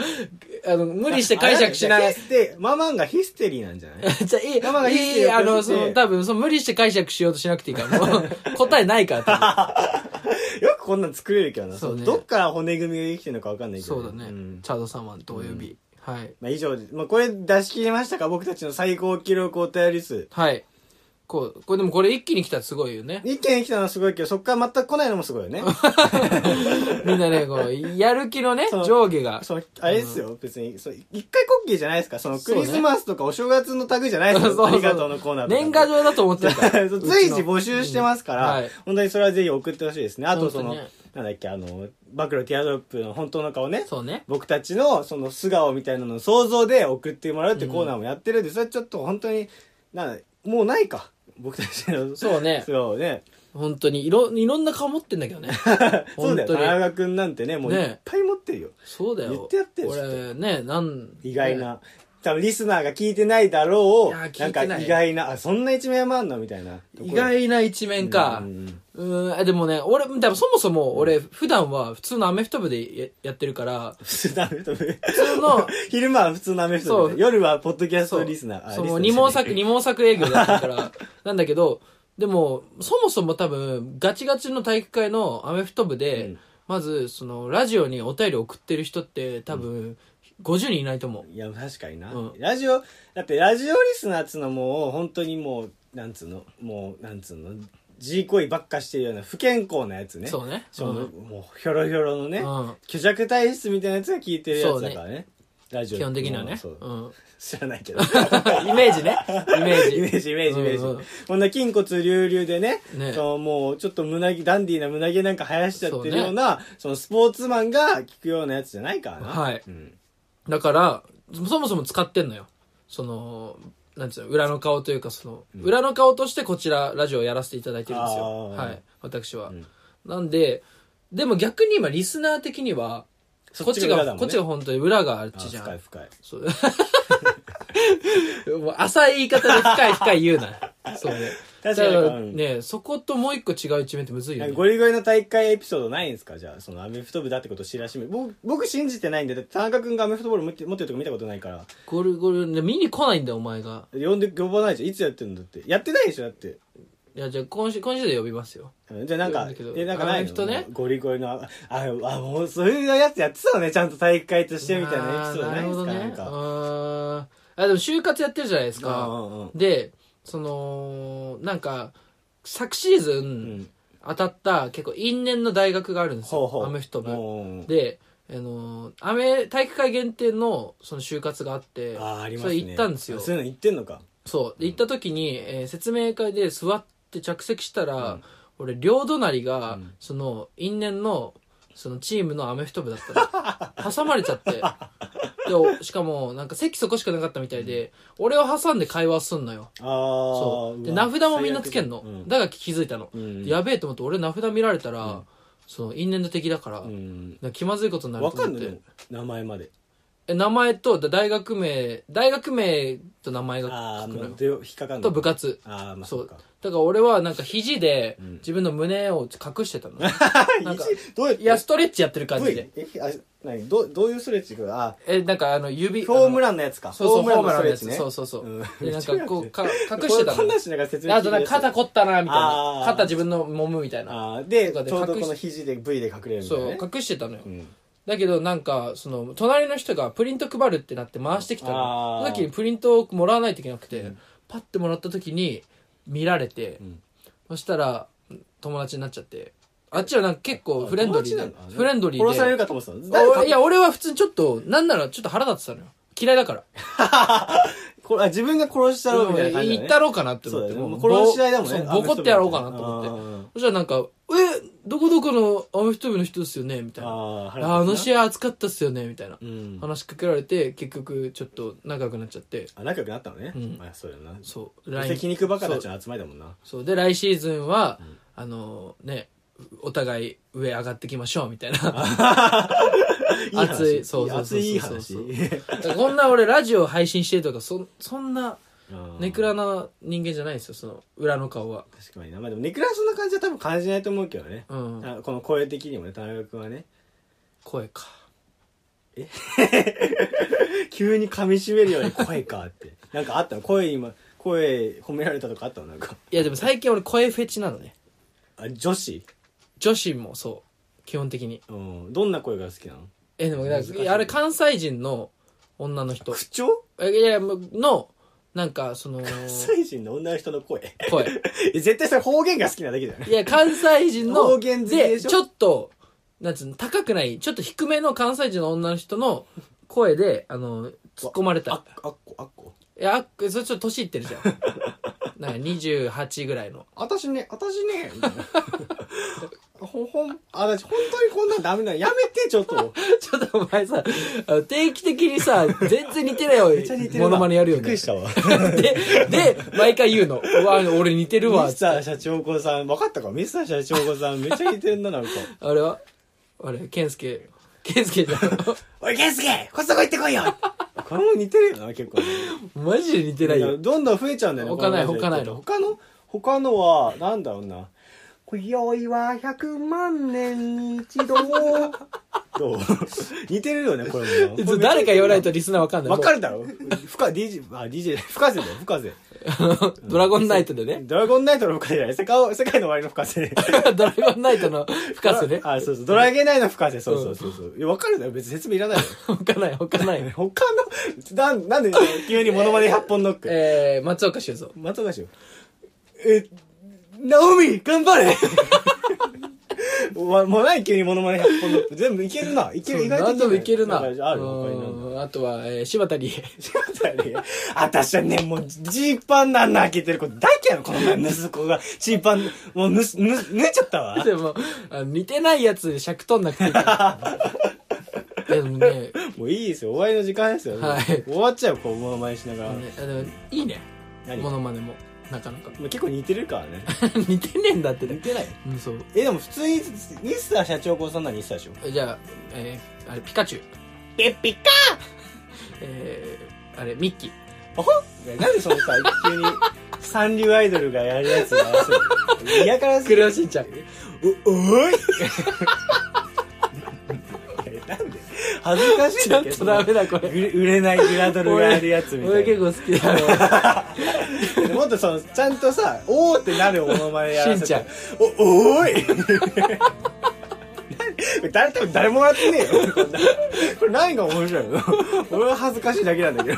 [SPEAKER 2] あの、無理して解釈しない。
[SPEAKER 1] で、ママンがヒステリーなんじゃ ない
[SPEAKER 2] じゃあ、いい
[SPEAKER 1] ママが、
[SPEAKER 2] い
[SPEAKER 1] ヒステリー
[SPEAKER 2] いいい、あの、
[SPEAKER 1] 起こし
[SPEAKER 2] そ
[SPEAKER 1] て
[SPEAKER 2] の、多分、その、無理して解釈しようとしなくていいから、も う、答えないから、多
[SPEAKER 1] よくこんなん作れるけどな。
[SPEAKER 2] そう
[SPEAKER 1] そ
[SPEAKER 2] ね
[SPEAKER 1] うどっから骨組みが生きてるのかわかん ない
[SPEAKER 2] 分。
[SPEAKER 1] けど。
[SPEAKER 2] そうだね、
[SPEAKER 1] ん
[SPEAKER 2] チャード様とお呼び。はい。
[SPEAKER 1] まあ以上です。まあこれ出し切りましたか僕たちの最高記録お便り数。
[SPEAKER 2] はい。こう、これでもこれ一気に来たらすごいよね。
[SPEAKER 1] 一件来たのはすごいけど、そっから全く来ないのもすごいよ ね。
[SPEAKER 2] みんなね、この、やる気のね
[SPEAKER 1] そ、う
[SPEAKER 2] 上下が。
[SPEAKER 1] そのあれですよ、別に。そう一回コッキーじゃないですか。その
[SPEAKER 2] そ
[SPEAKER 1] ク
[SPEAKER 2] うね
[SPEAKER 1] リスマスとかお正月の類じゃない ですか。ありがとうのコーナーとか
[SPEAKER 2] 年賀状だと思ってるから。
[SPEAKER 1] そう随時募集してますから、
[SPEAKER 2] うんはい
[SPEAKER 1] 本当にそれはぜひ送ってほしいですね。あとその、
[SPEAKER 2] 本当にね
[SPEAKER 1] なんだっけ、あの、暴露ティアドロップの本当の顔ね。
[SPEAKER 2] そうね。
[SPEAKER 1] 僕たちのその素顔みたいなのを想像で送ってもらうってコーナーもやってるんで、それちょっと本当に、なんだもうないか。僕たちの。
[SPEAKER 2] そうね
[SPEAKER 1] そうね。
[SPEAKER 2] 本当にいろ、いろんな顔持ってんだけどね。
[SPEAKER 1] そうだよ。
[SPEAKER 2] 本当に
[SPEAKER 1] 田中くんなんてね、もういっぱい持ってるよ。
[SPEAKER 2] そうだよ。
[SPEAKER 1] 言ってやってよ
[SPEAKER 2] 俺、ね、なん、
[SPEAKER 1] 意外
[SPEAKER 2] ね。
[SPEAKER 1] な、多分リスナーが聞いてないだろ
[SPEAKER 2] いやー
[SPEAKER 1] う
[SPEAKER 2] 聞いてない
[SPEAKER 1] んか意外なあそんな一面もあんのみたいなところ
[SPEAKER 2] 意 外な一面か
[SPEAKER 1] う。ん
[SPEAKER 2] うん、あでもね、俺、でもそもそも俺、普段は普通のアメフト部でややってるから、
[SPEAKER 1] 普通のアメフト部
[SPEAKER 2] 普通の、
[SPEAKER 1] 昼間は普通のアメフト
[SPEAKER 2] そ
[SPEAKER 1] 部
[SPEAKER 2] う
[SPEAKER 1] 夜はポッドキャス
[SPEAKER 2] そ
[SPEAKER 1] ト
[SPEAKER 2] う、
[SPEAKER 1] リスナーあ
[SPEAKER 2] そ
[SPEAKER 1] リスナ
[SPEAKER 2] の
[SPEAKER 1] ー
[SPEAKER 2] 二毛作、
[SPEAKER 1] じ
[SPEAKER 2] 二毛作営業だったから、 なんだけど、でも、そもそも多分、ガチガチの体育会のアメフト部で、
[SPEAKER 1] うん
[SPEAKER 2] まず、その、ラジオにお便り送ってる人って、多分、50人いないと思う。
[SPEAKER 1] ゃないいや確かにな、
[SPEAKER 2] うん
[SPEAKER 1] ラジオだってラジオリスナーっつうのもう本当にもうなんつうのもうなんつうの G 行為ばっかしてるような不健康なやつね
[SPEAKER 2] そうね。
[SPEAKER 1] その、
[SPEAKER 2] うん
[SPEAKER 1] もうひょろひょろのね、
[SPEAKER 2] うん
[SPEAKER 1] 虚弱体質みたいなやつが聞いてるやつだからねラジオ
[SPEAKER 2] 基本的にはね。
[SPEAKER 1] そう
[SPEAKER 2] うん。
[SPEAKER 1] 知らないけ ど
[SPEAKER 2] イメージね。イメージ。
[SPEAKER 1] イメージイメージイメージ、
[SPEAKER 2] うんうん
[SPEAKER 1] こんな筋骨隆々でね
[SPEAKER 2] ね
[SPEAKER 1] そのもうちょっと胸毛ダンディーな胸毛なんか生やしちゃってるようなそのスポーツマンが聞くようなやつじゃないからな
[SPEAKER 2] はい
[SPEAKER 1] うん
[SPEAKER 2] だから、そもそも使ってんのよ。その、なんつうの、裏の顔というか、その、裏の顔としてこちら、ラジオをやらせていただいてるんです
[SPEAKER 1] あ
[SPEAKER 2] よ。
[SPEAKER 1] ー
[SPEAKER 2] はい。私は。
[SPEAKER 1] ん
[SPEAKER 2] なんで、でも逆に今、リスナー的には、こ
[SPEAKER 1] そ
[SPEAKER 2] っ
[SPEAKER 1] っ
[SPEAKER 2] ち
[SPEAKER 1] ちが裏だ
[SPEAKER 2] が、
[SPEAKER 1] もんね
[SPEAKER 2] こっちが本当に裏があっ
[SPEAKER 1] あ
[SPEAKER 2] ちじゃ
[SPEAKER 1] 深い
[SPEAKER 2] ん。
[SPEAKER 1] 深い
[SPEAKER 2] そう もう浅い言い方で深い深い言うな。そうね。
[SPEAKER 1] 確かに
[SPEAKER 2] だら
[SPEAKER 1] うん
[SPEAKER 2] ね、そこともう一個違う一面ってむずいよ
[SPEAKER 1] なん
[SPEAKER 2] ね
[SPEAKER 1] か。ゴリゴリの大会エピソードないんですかじゃあそのアメフト部だってことを知らしめ僕僕信じてないんでだって田中君がアメフトボール持って持ってるとこ見たことないから
[SPEAKER 2] ゴルゴル、ね見に来ないんだよ、お前が。
[SPEAKER 1] 呼んで呼ばないじゃんいつやってるんだってやってないでしょだって
[SPEAKER 2] いや、じゃあ今週、今週で呼びますよ。
[SPEAKER 1] うんじゃあなんか
[SPEAKER 2] だけど、
[SPEAKER 1] え、なんかないの
[SPEAKER 2] あの人ね
[SPEAKER 1] ゴリゴリの、あ、あ、あもうそういうやつやってたのね、ちゃんと体育会としてみたいなエピソードないですかな
[SPEAKER 2] あーな
[SPEAKER 1] ん
[SPEAKER 2] るほどね。
[SPEAKER 1] か。
[SPEAKER 2] あーあ、でも就活やってるじゃないですか。
[SPEAKER 1] うんうんうん
[SPEAKER 2] で、その、なんか、昨シーズ
[SPEAKER 1] ん
[SPEAKER 2] ン当たった結構因縁の大学があるんですよ。
[SPEAKER 1] ほうほう。
[SPEAKER 2] アメフト
[SPEAKER 1] 部
[SPEAKER 2] 部。で、あのー、アメ、体育会限定のその就活があって、
[SPEAKER 1] ああ、ありま
[SPEAKER 2] そ
[SPEAKER 1] す
[SPEAKER 2] れ
[SPEAKER 1] ね。
[SPEAKER 2] 行ったんですよ。
[SPEAKER 1] そういうの行ってんのか。
[SPEAKER 2] そう。で、行った時に、えー説明会で座って着席したら、俺、両隣が、その、因縁の、そのチームのアメフト部だった の。挟まれちゃって。でお、しかも、なんか席そこしかなかったみたいで、俺を挟んで会話すんのよ。
[SPEAKER 1] ああ。
[SPEAKER 2] そう。で、
[SPEAKER 1] う
[SPEAKER 2] 名
[SPEAKER 1] わ
[SPEAKER 2] 札もみんなつけんの。
[SPEAKER 1] うん
[SPEAKER 2] だから気づいたの。
[SPEAKER 1] うん
[SPEAKER 2] やべえと思って、俺名札見られたら、その、因縁の敵だから、
[SPEAKER 1] うん
[SPEAKER 2] なんか気まずいことになる
[SPEAKER 1] わ
[SPEAKER 2] と
[SPEAKER 1] か
[SPEAKER 2] 思
[SPEAKER 1] ん
[SPEAKER 2] っ
[SPEAKER 1] の
[SPEAKER 2] て。
[SPEAKER 1] でも名前まで。
[SPEAKER 2] え名前とだ大学名大学名と名前が
[SPEAKER 1] ああ、
[SPEAKER 2] 書く
[SPEAKER 1] も
[SPEAKER 2] の
[SPEAKER 1] う
[SPEAKER 2] よ
[SPEAKER 1] で引っかかんの
[SPEAKER 2] と部活
[SPEAKER 1] ああ、まあ、
[SPEAKER 2] そ
[SPEAKER 1] そう
[SPEAKER 2] う
[SPEAKER 1] か。
[SPEAKER 2] だから俺はなんか肘で
[SPEAKER 1] うん
[SPEAKER 2] 自分の胸を隠してた の、なんか
[SPEAKER 1] 肘どう
[SPEAKER 2] いやストレッチやってる感
[SPEAKER 1] どう
[SPEAKER 2] じで
[SPEAKER 1] えあ何どうどういうストレッチあ、
[SPEAKER 2] えなんかあの指
[SPEAKER 1] フォーム
[SPEAKER 2] ラ
[SPEAKER 1] ランのやつか。
[SPEAKER 2] そうそうフォーム
[SPEAKER 1] の
[SPEAKER 2] ラ
[SPEAKER 1] ストレッチ
[SPEAKER 2] ンのやつ、
[SPEAKER 1] ね。
[SPEAKER 2] そうそうそう、
[SPEAKER 1] うん
[SPEAKER 2] でなんか こうか隠
[SPEAKER 1] こ
[SPEAKER 2] して
[SPEAKER 1] れ
[SPEAKER 2] た
[SPEAKER 1] こ
[SPEAKER 2] の
[SPEAKER 1] んなんしながら説明
[SPEAKER 2] あとなんか肩凝ったなみたい
[SPEAKER 1] あ
[SPEAKER 2] な
[SPEAKER 1] ー
[SPEAKER 2] 肩自分の揉むみたいな
[SPEAKER 1] ああ、で、ち
[SPEAKER 2] と
[SPEAKER 1] ょ
[SPEAKER 2] か
[SPEAKER 1] う
[SPEAKER 2] で
[SPEAKER 1] どこの肘で V で隠れるみたいな
[SPEAKER 2] そう
[SPEAKER 1] ね。
[SPEAKER 2] 隠してたのよ、
[SPEAKER 1] うん。
[SPEAKER 2] だけどなんかその隣の人がプリント配るってなって回してきたの
[SPEAKER 1] あー
[SPEAKER 2] その時にプリントをもらわないといけなくて、パッてもらった時に見られて、
[SPEAKER 1] ん
[SPEAKER 2] そしたら友達になっちゃってあっちはなんか結構フレンドリー
[SPEAKER 1] あ
[SPEAKER 2] で
[SPEAKER 1] 友達なの
[SPEAKER 2] フレンドリーで
[SPEAKER 1] 殺されるかと思ってたの
[SPEAKER 2] あ
[SPEAKER 1] 誰か
[SPEAKER 2] 俺いや俺は普通にちょっとなんならちょっと腹立ってたのよ嫌いだから
[SPEAKER 1] これあ自分が殺したろうみたいな感じだね。
[SPEAKER 2] 行ったろうかなって
[SPEAKER 1] そう
[SPEAKER 2] 思っ
[SPEAKER 1] だ
[SPEAKER 2] て
[SPEAKER 1] よね。もう
[SPEAKER 2] ぼ
[SPEAKER 1] 殺し合いだもんね
[SPEAKER 2] そ。うボコってやろうかなと思って
[SPEAKER 1] 思って。
[SPEAKER 2] そしたらなんか「えどこどこのアメフト部の人ですよね」みたいな
[SPEAKER 1] あー
[SPEAKER 2] ああの試合熱かったっすよねみたいな、
[SPEAKER 1] うん
[SPEAKER 2] 話しかけられて結局ちょっと仲良くなっちゃって
[SPEAKER 1] あ、仲良くなったのね。
[SPEAKER 2] うん
[SPEAKER 1] まあ、そうやな。
[SPEAKER 2] そう
[SPEAKER 1] どうせ皮肉バカたちの集まりだもんな。
[SPEAKER 2] そうで来シーズンは、あのねお互い上上がってきましょうみたいな
[SPEAKER 1] 話
[SPEAKER 2] 熱いそうそうそうそ
[SPEAKER 1] 熱
[SPEAKER 2] う
[SPEAKER 1] いいい話。
[SPEAKER 2] だからこんな俺ラジオ配信してとかそそんな
[SPEAKER 1] うん
[SPEAKER 2] ネクラな人間じゃないんですよその裏の顔は
[SPEAKER 1] 確かにな。まあでも、ネクラはそんな感じは多分感じないと思うけどね。
[SPEAKER 2] うん
[SPEAKER 1] あこの声的にもね、田中君はね。
[SPEAKER 2] 声か
[SPEAKER 1] 急に噛み締めるように声かって。なんかあったの声今、声褒められたとかあったのなんか。
[SPEAKER 2] いやでも最近俺声フェチなのね
[SPEAKER 1] あ、女子
[SPEAKER 2] 女子もそう基本的に
[SPEAKER 1] うん。どんな声が好きなの
[SPEAKER 2] えでもなんか
[SPEAKER 1] 難しい
[SPEAKER 2] あれ関西人の女 の人
[SPEAKER 1] 口調
[SPEAKER 2] えいやいやもうのなんかその
[SPEAKER 1] 関西人の女の人の声。
[SPEAKER 2] 声
[SPEAKER 1] え絶対それ方言が好きなだけじゃない
[SPEAKER 2] いや、関西人の、
[SPEAKER 1] 方言好きでしょ
[SPEAKER 2] ちょっと、なんつうの、高くない、ちょっと低めの関西人の女の人の声で、あの、突っ込ま
[SPEAKER 1] あ
[SPEAKER 2] れ。
[SPEAKER 1] ったあっこ、あっこ。
[SPEAKER 2] いや、あっそれちょっと年いってる じゃん。なんか28ぐらいの。
[SPEAKER 1] あたしね、あたしね、みたいな ほ、ほん、あたし本当にこんなんダメなのやめて、ちょっ と。
[SPEAKER 2] ちょっとお前さ、あの定期的にさ、全然似てないよ
[SPEAKER 1] めっちゃ似て、るわ
[SPEAKER 2] モノマネやるよ
[SPEAKER 1] びっく
[SPEAKER 2] ね
[SPEAKER 1] りし。たわ。
[SPEAKER 2] で、で、毎回言うの。うわ、俺似てるわ
[SPEAKER 1] ミ。スター社長子さん、分かったかミスター社長子さん、めっちゃ似てるな、なんか。
[SPEAKER 2] あれはあれ、ケンスケ。ケンスケじゃん。
[SPEAKER 1] おい、ケンスケこそこ行ってこいよ これも似てるよな、結構ね。
[SPEAKER 2] マジで似てないよ。
[SPEAKER 1] どんどん増えちゃうんだよね。
[SPEAKER 2] 他ない
[SPEAKER 1] この感じで
[SPEAKER 2] 他
[SPEAKER 1] 他の、他のは、なんだろうな。今宵は100万年に一度。 どう似てるよね、これも。
[SPEAKER 2] 誰か言わない
[SPEAKER 1] と。
[SPEAKER 2] とリスナーわかんない。
[SPEAKER 1] わかるだろ深、DJ、あ、DJ、深瀬だよ、深瀬。
[SPEAKER 2] ドラゴンナイトでね。
[SPEAKER 1] ドラゴンナイトの深瀬じゃない。世界を世界の終わりの深瀬。
[SPEAKER 2] ドラゴンナイトの深瀬ね。
[SPEAKER 1] あ、そうそう。ドラゲナイの深瀬、そうそうそうそう。いや、わかるだろ別に説明いらないよ。
[SPEAKER 2] 他ない、他ない。
[SPEAKER 1] 他の、なん、なんで急にモノマネ100本ノック。
[SPEAKER 2] えー、松岡修造。
[SPEAKER 1] 松岡修。え、ナオミ頑張れ わもうない急にモノマネ100本ノック。全部いけるな。いける、意外と
[SPEAKER 2] 何でもいけるな。
[SPEAKER 1] ある、他になんだ
[SPEAKER 2] うんあとは、えー、柴田理恵。
[SPEAKER 1] あたしはね、もう、ジーパンなんな開けてる子大嫌いの、この前、息子が。ジーパン、もう、ぬす、ぬ、縫っちゃった わ。
[SPEAKER 2] でも、あ似てないやつ尺取んなくてい いから。いやでもね、
[SPEAKER 1] もういいですよ、終わりの時間ですよ。
[SPEAKER 2] はい
[SPEAKER 1] 終わっちゃう、こう、モノマネしながら。
[SPEAKER 2] ねあのいいね。
[SPEAKER 1] 何
[SPEAKER 2] モ
[SPEAKER 1] も
[SPEAKER 2] ノマネも。なかなか。
[SPEAKER 1] う結構似てるからね。
[SPEAKER 2] 似てねえんだって
[SPEAKER 1] 似
[SPEAKER 2] ね。
[SPEAKER 1] てない
[SPEAKER 2] うん、そう。
[SPEAKER 1] え、でも普通に、ニスター社長子さんならニスターでしょ
[SPEAKER 2] えじゃあ、えー、あれ、ピカチュウ。
[SPEAKER 1] ピッピッカ
[SPEAKER 2] えー、あれ、ミッキー。
[SPEAKER 1] おほなんでそのさ、急に、三流アイドルがやるやつが合わせる嫌からすぎ
[SPEAKER 2] クレ
[SPEAKER 1] る。
[SPEAKER 2] ヨンしんちゃん。
[SPEAKER 1] お、おーいえなんで恥ずかしいん
[SPEAKER 2] ちょ
[SPEAKER 1] だ
[SPEAKER 2] っ
[SPEAKER 1] けど。
[SPEAKER 2] とダメだ、これ。
[SPEAKER 1] 売れ売れないグラドルがやるやつみた
[SPEAKER 2] 俺
[SPEAKER 1] い
[SPEAKER 2] 結
[SPEAKER 1] な
[SPEAKER 2] 構好きだよ。
[SPEAKER 1] もっとそのちゃんとさ「おー」ってなるおのまねやらせて
[SPEAKER 2] しんちゃん
[SPEAKER 1] おおーい何 誰多分誰もらってねえよこんなこれ何が面白い の俺は恥ずかしいだけなんだけ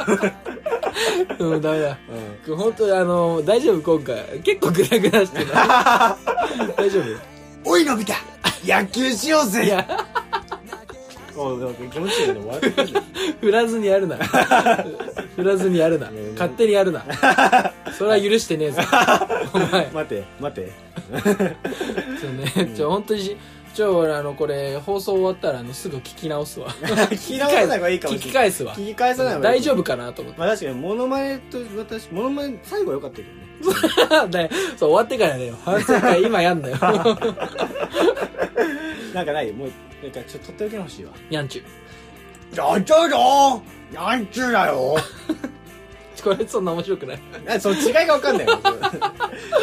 [SPEAKER 1] ど、
[SPEAKER 2] うん、ダメだ。
[SPEAKER 1] うん
[SPEAKER 2] 本当にあの大丈夫今回結構グラグラしてる大丈夫
[SPEAKER 1] おいのび太野球しよう
[SPEAKER 2] い
[SPEAKER 1] ぜ
[SPEAKER 2] や
[SPEAKER 1] おうなんか気持ちいいね終わってくる
[SPEAKER 2] 振らずにやるな振らずにやるな勝手にやるなそれは許してねえぞお前
[SPEAKER 1] 待て待て
[SPEAKER 2] ちょっとねちょ本当にしちょ俺あのこれ放送終わったらあのすぐ聞き直すわ
[SPEAKER 1] 聞き直さない方がいいかも
[SPEAKER 2] 聞
[SPEAKER 1] し
[SPEAKER 2] き
[SPEAKER 1] れない
[SPEAKER 2] 返すわ
[SPEAKER 1] 聞き返さない方がいい
[SPEAKER 2] 大丈夫かなと思って
[SPEAKER 1] まあ確かにモノマネと私モノマネ最後は良かったけどね
[SPEAKER 2] だよそう終わってからね反省会今やん なよ
[SPEAKER 1] なんかないもうなんかちょっととっておきの欲しいわ
[SPEAKER 2] にゃんちゅ
[SPEAKER 1] やっちゃうぞなんちゅうだよ
[SPEAKER 2] これそんな面白くない
[SPEAKER 1] なんでその違いがわかん ないよ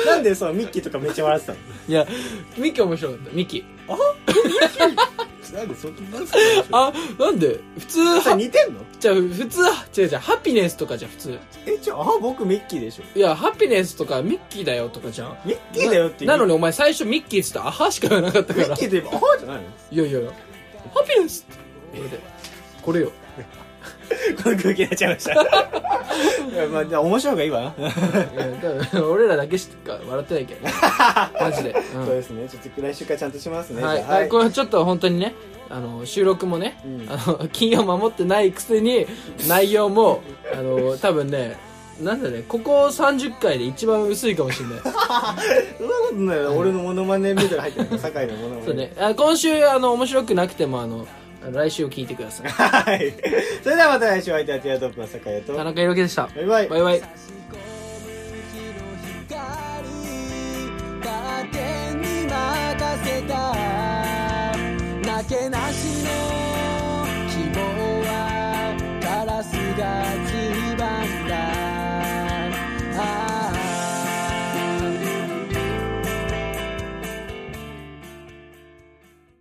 [SPEAKER 1] なんでそのミッキーとかめっちゃ笑ってたの
[SPEAKER 2] いやミキ面白かったミキ
[SPEAKER 1] なんでそんな
[SPEAKER 2] あなんで普通
[SPEAKER 1] さ
[SPEAKER 2] は
[SPEAKER 1] 似てんの
[SPEAKER 2] じゃあ普通は違う違うハピネスとかじゃん普通
[SPEAKER 1] えちょあ僕ミッキーでしょ
[SPEAKER 2] いやハピネスとかミッキーだよとかじゃん
[SPEAKER 1] ミッキーだよって言
[SPEAKER 2] な
[SPEAKER 1] う
[SPEAKER 2] のにお前最初ミッキーっつってアハしか言わなかったか
[SPEAKER 1] ミ
[SPEAKER 2] ら
[SPEAKER 1] ッキーといえばアホじゃないの
[SPEAKER 2] いやいやいやハピネスってこれでこれよ
[SPEAKER 1] この空気になっちゃい ましたいやまあじゃあ面白い方がいいわな、
[SPEAKER 2] いやだから俺らだけしか笑ってないけ どねマジで、うん
[SPEAKER 1] そうですねちょっと来週からちゃんとしますね
[SPEAKER 2] はい、
[SPEAKER 1] じゃあ
[SPEAKER 2] はい、これはちょっと本当にねあの収録もね、
[SPEAKER 1] うん
[SPEAKER 2] あの 金曜守ってないくせに内容もあの多分ねなんだねここ30回で一番薄いかもしれない
[SPEAKER 1] そんなことないよ俺のモノマネみたいなの入ってない酒井のモノマネ
[SPEAKER 2] そうねあ今週あの面白くなくてもあの来週を聞いてく ださい
[SPEAKER 1] はいそれではまた来週お会いいたいティアドロップの酒井と
[SPEAKER 2] 田
[SPEAKER 1] バイ
[SPEAKER 2] 中裕樹でした
[SPEAKER 1] バイ
[SPEAKER 2] バイバイ
[SPEAKER 4] 差し込む日の光立て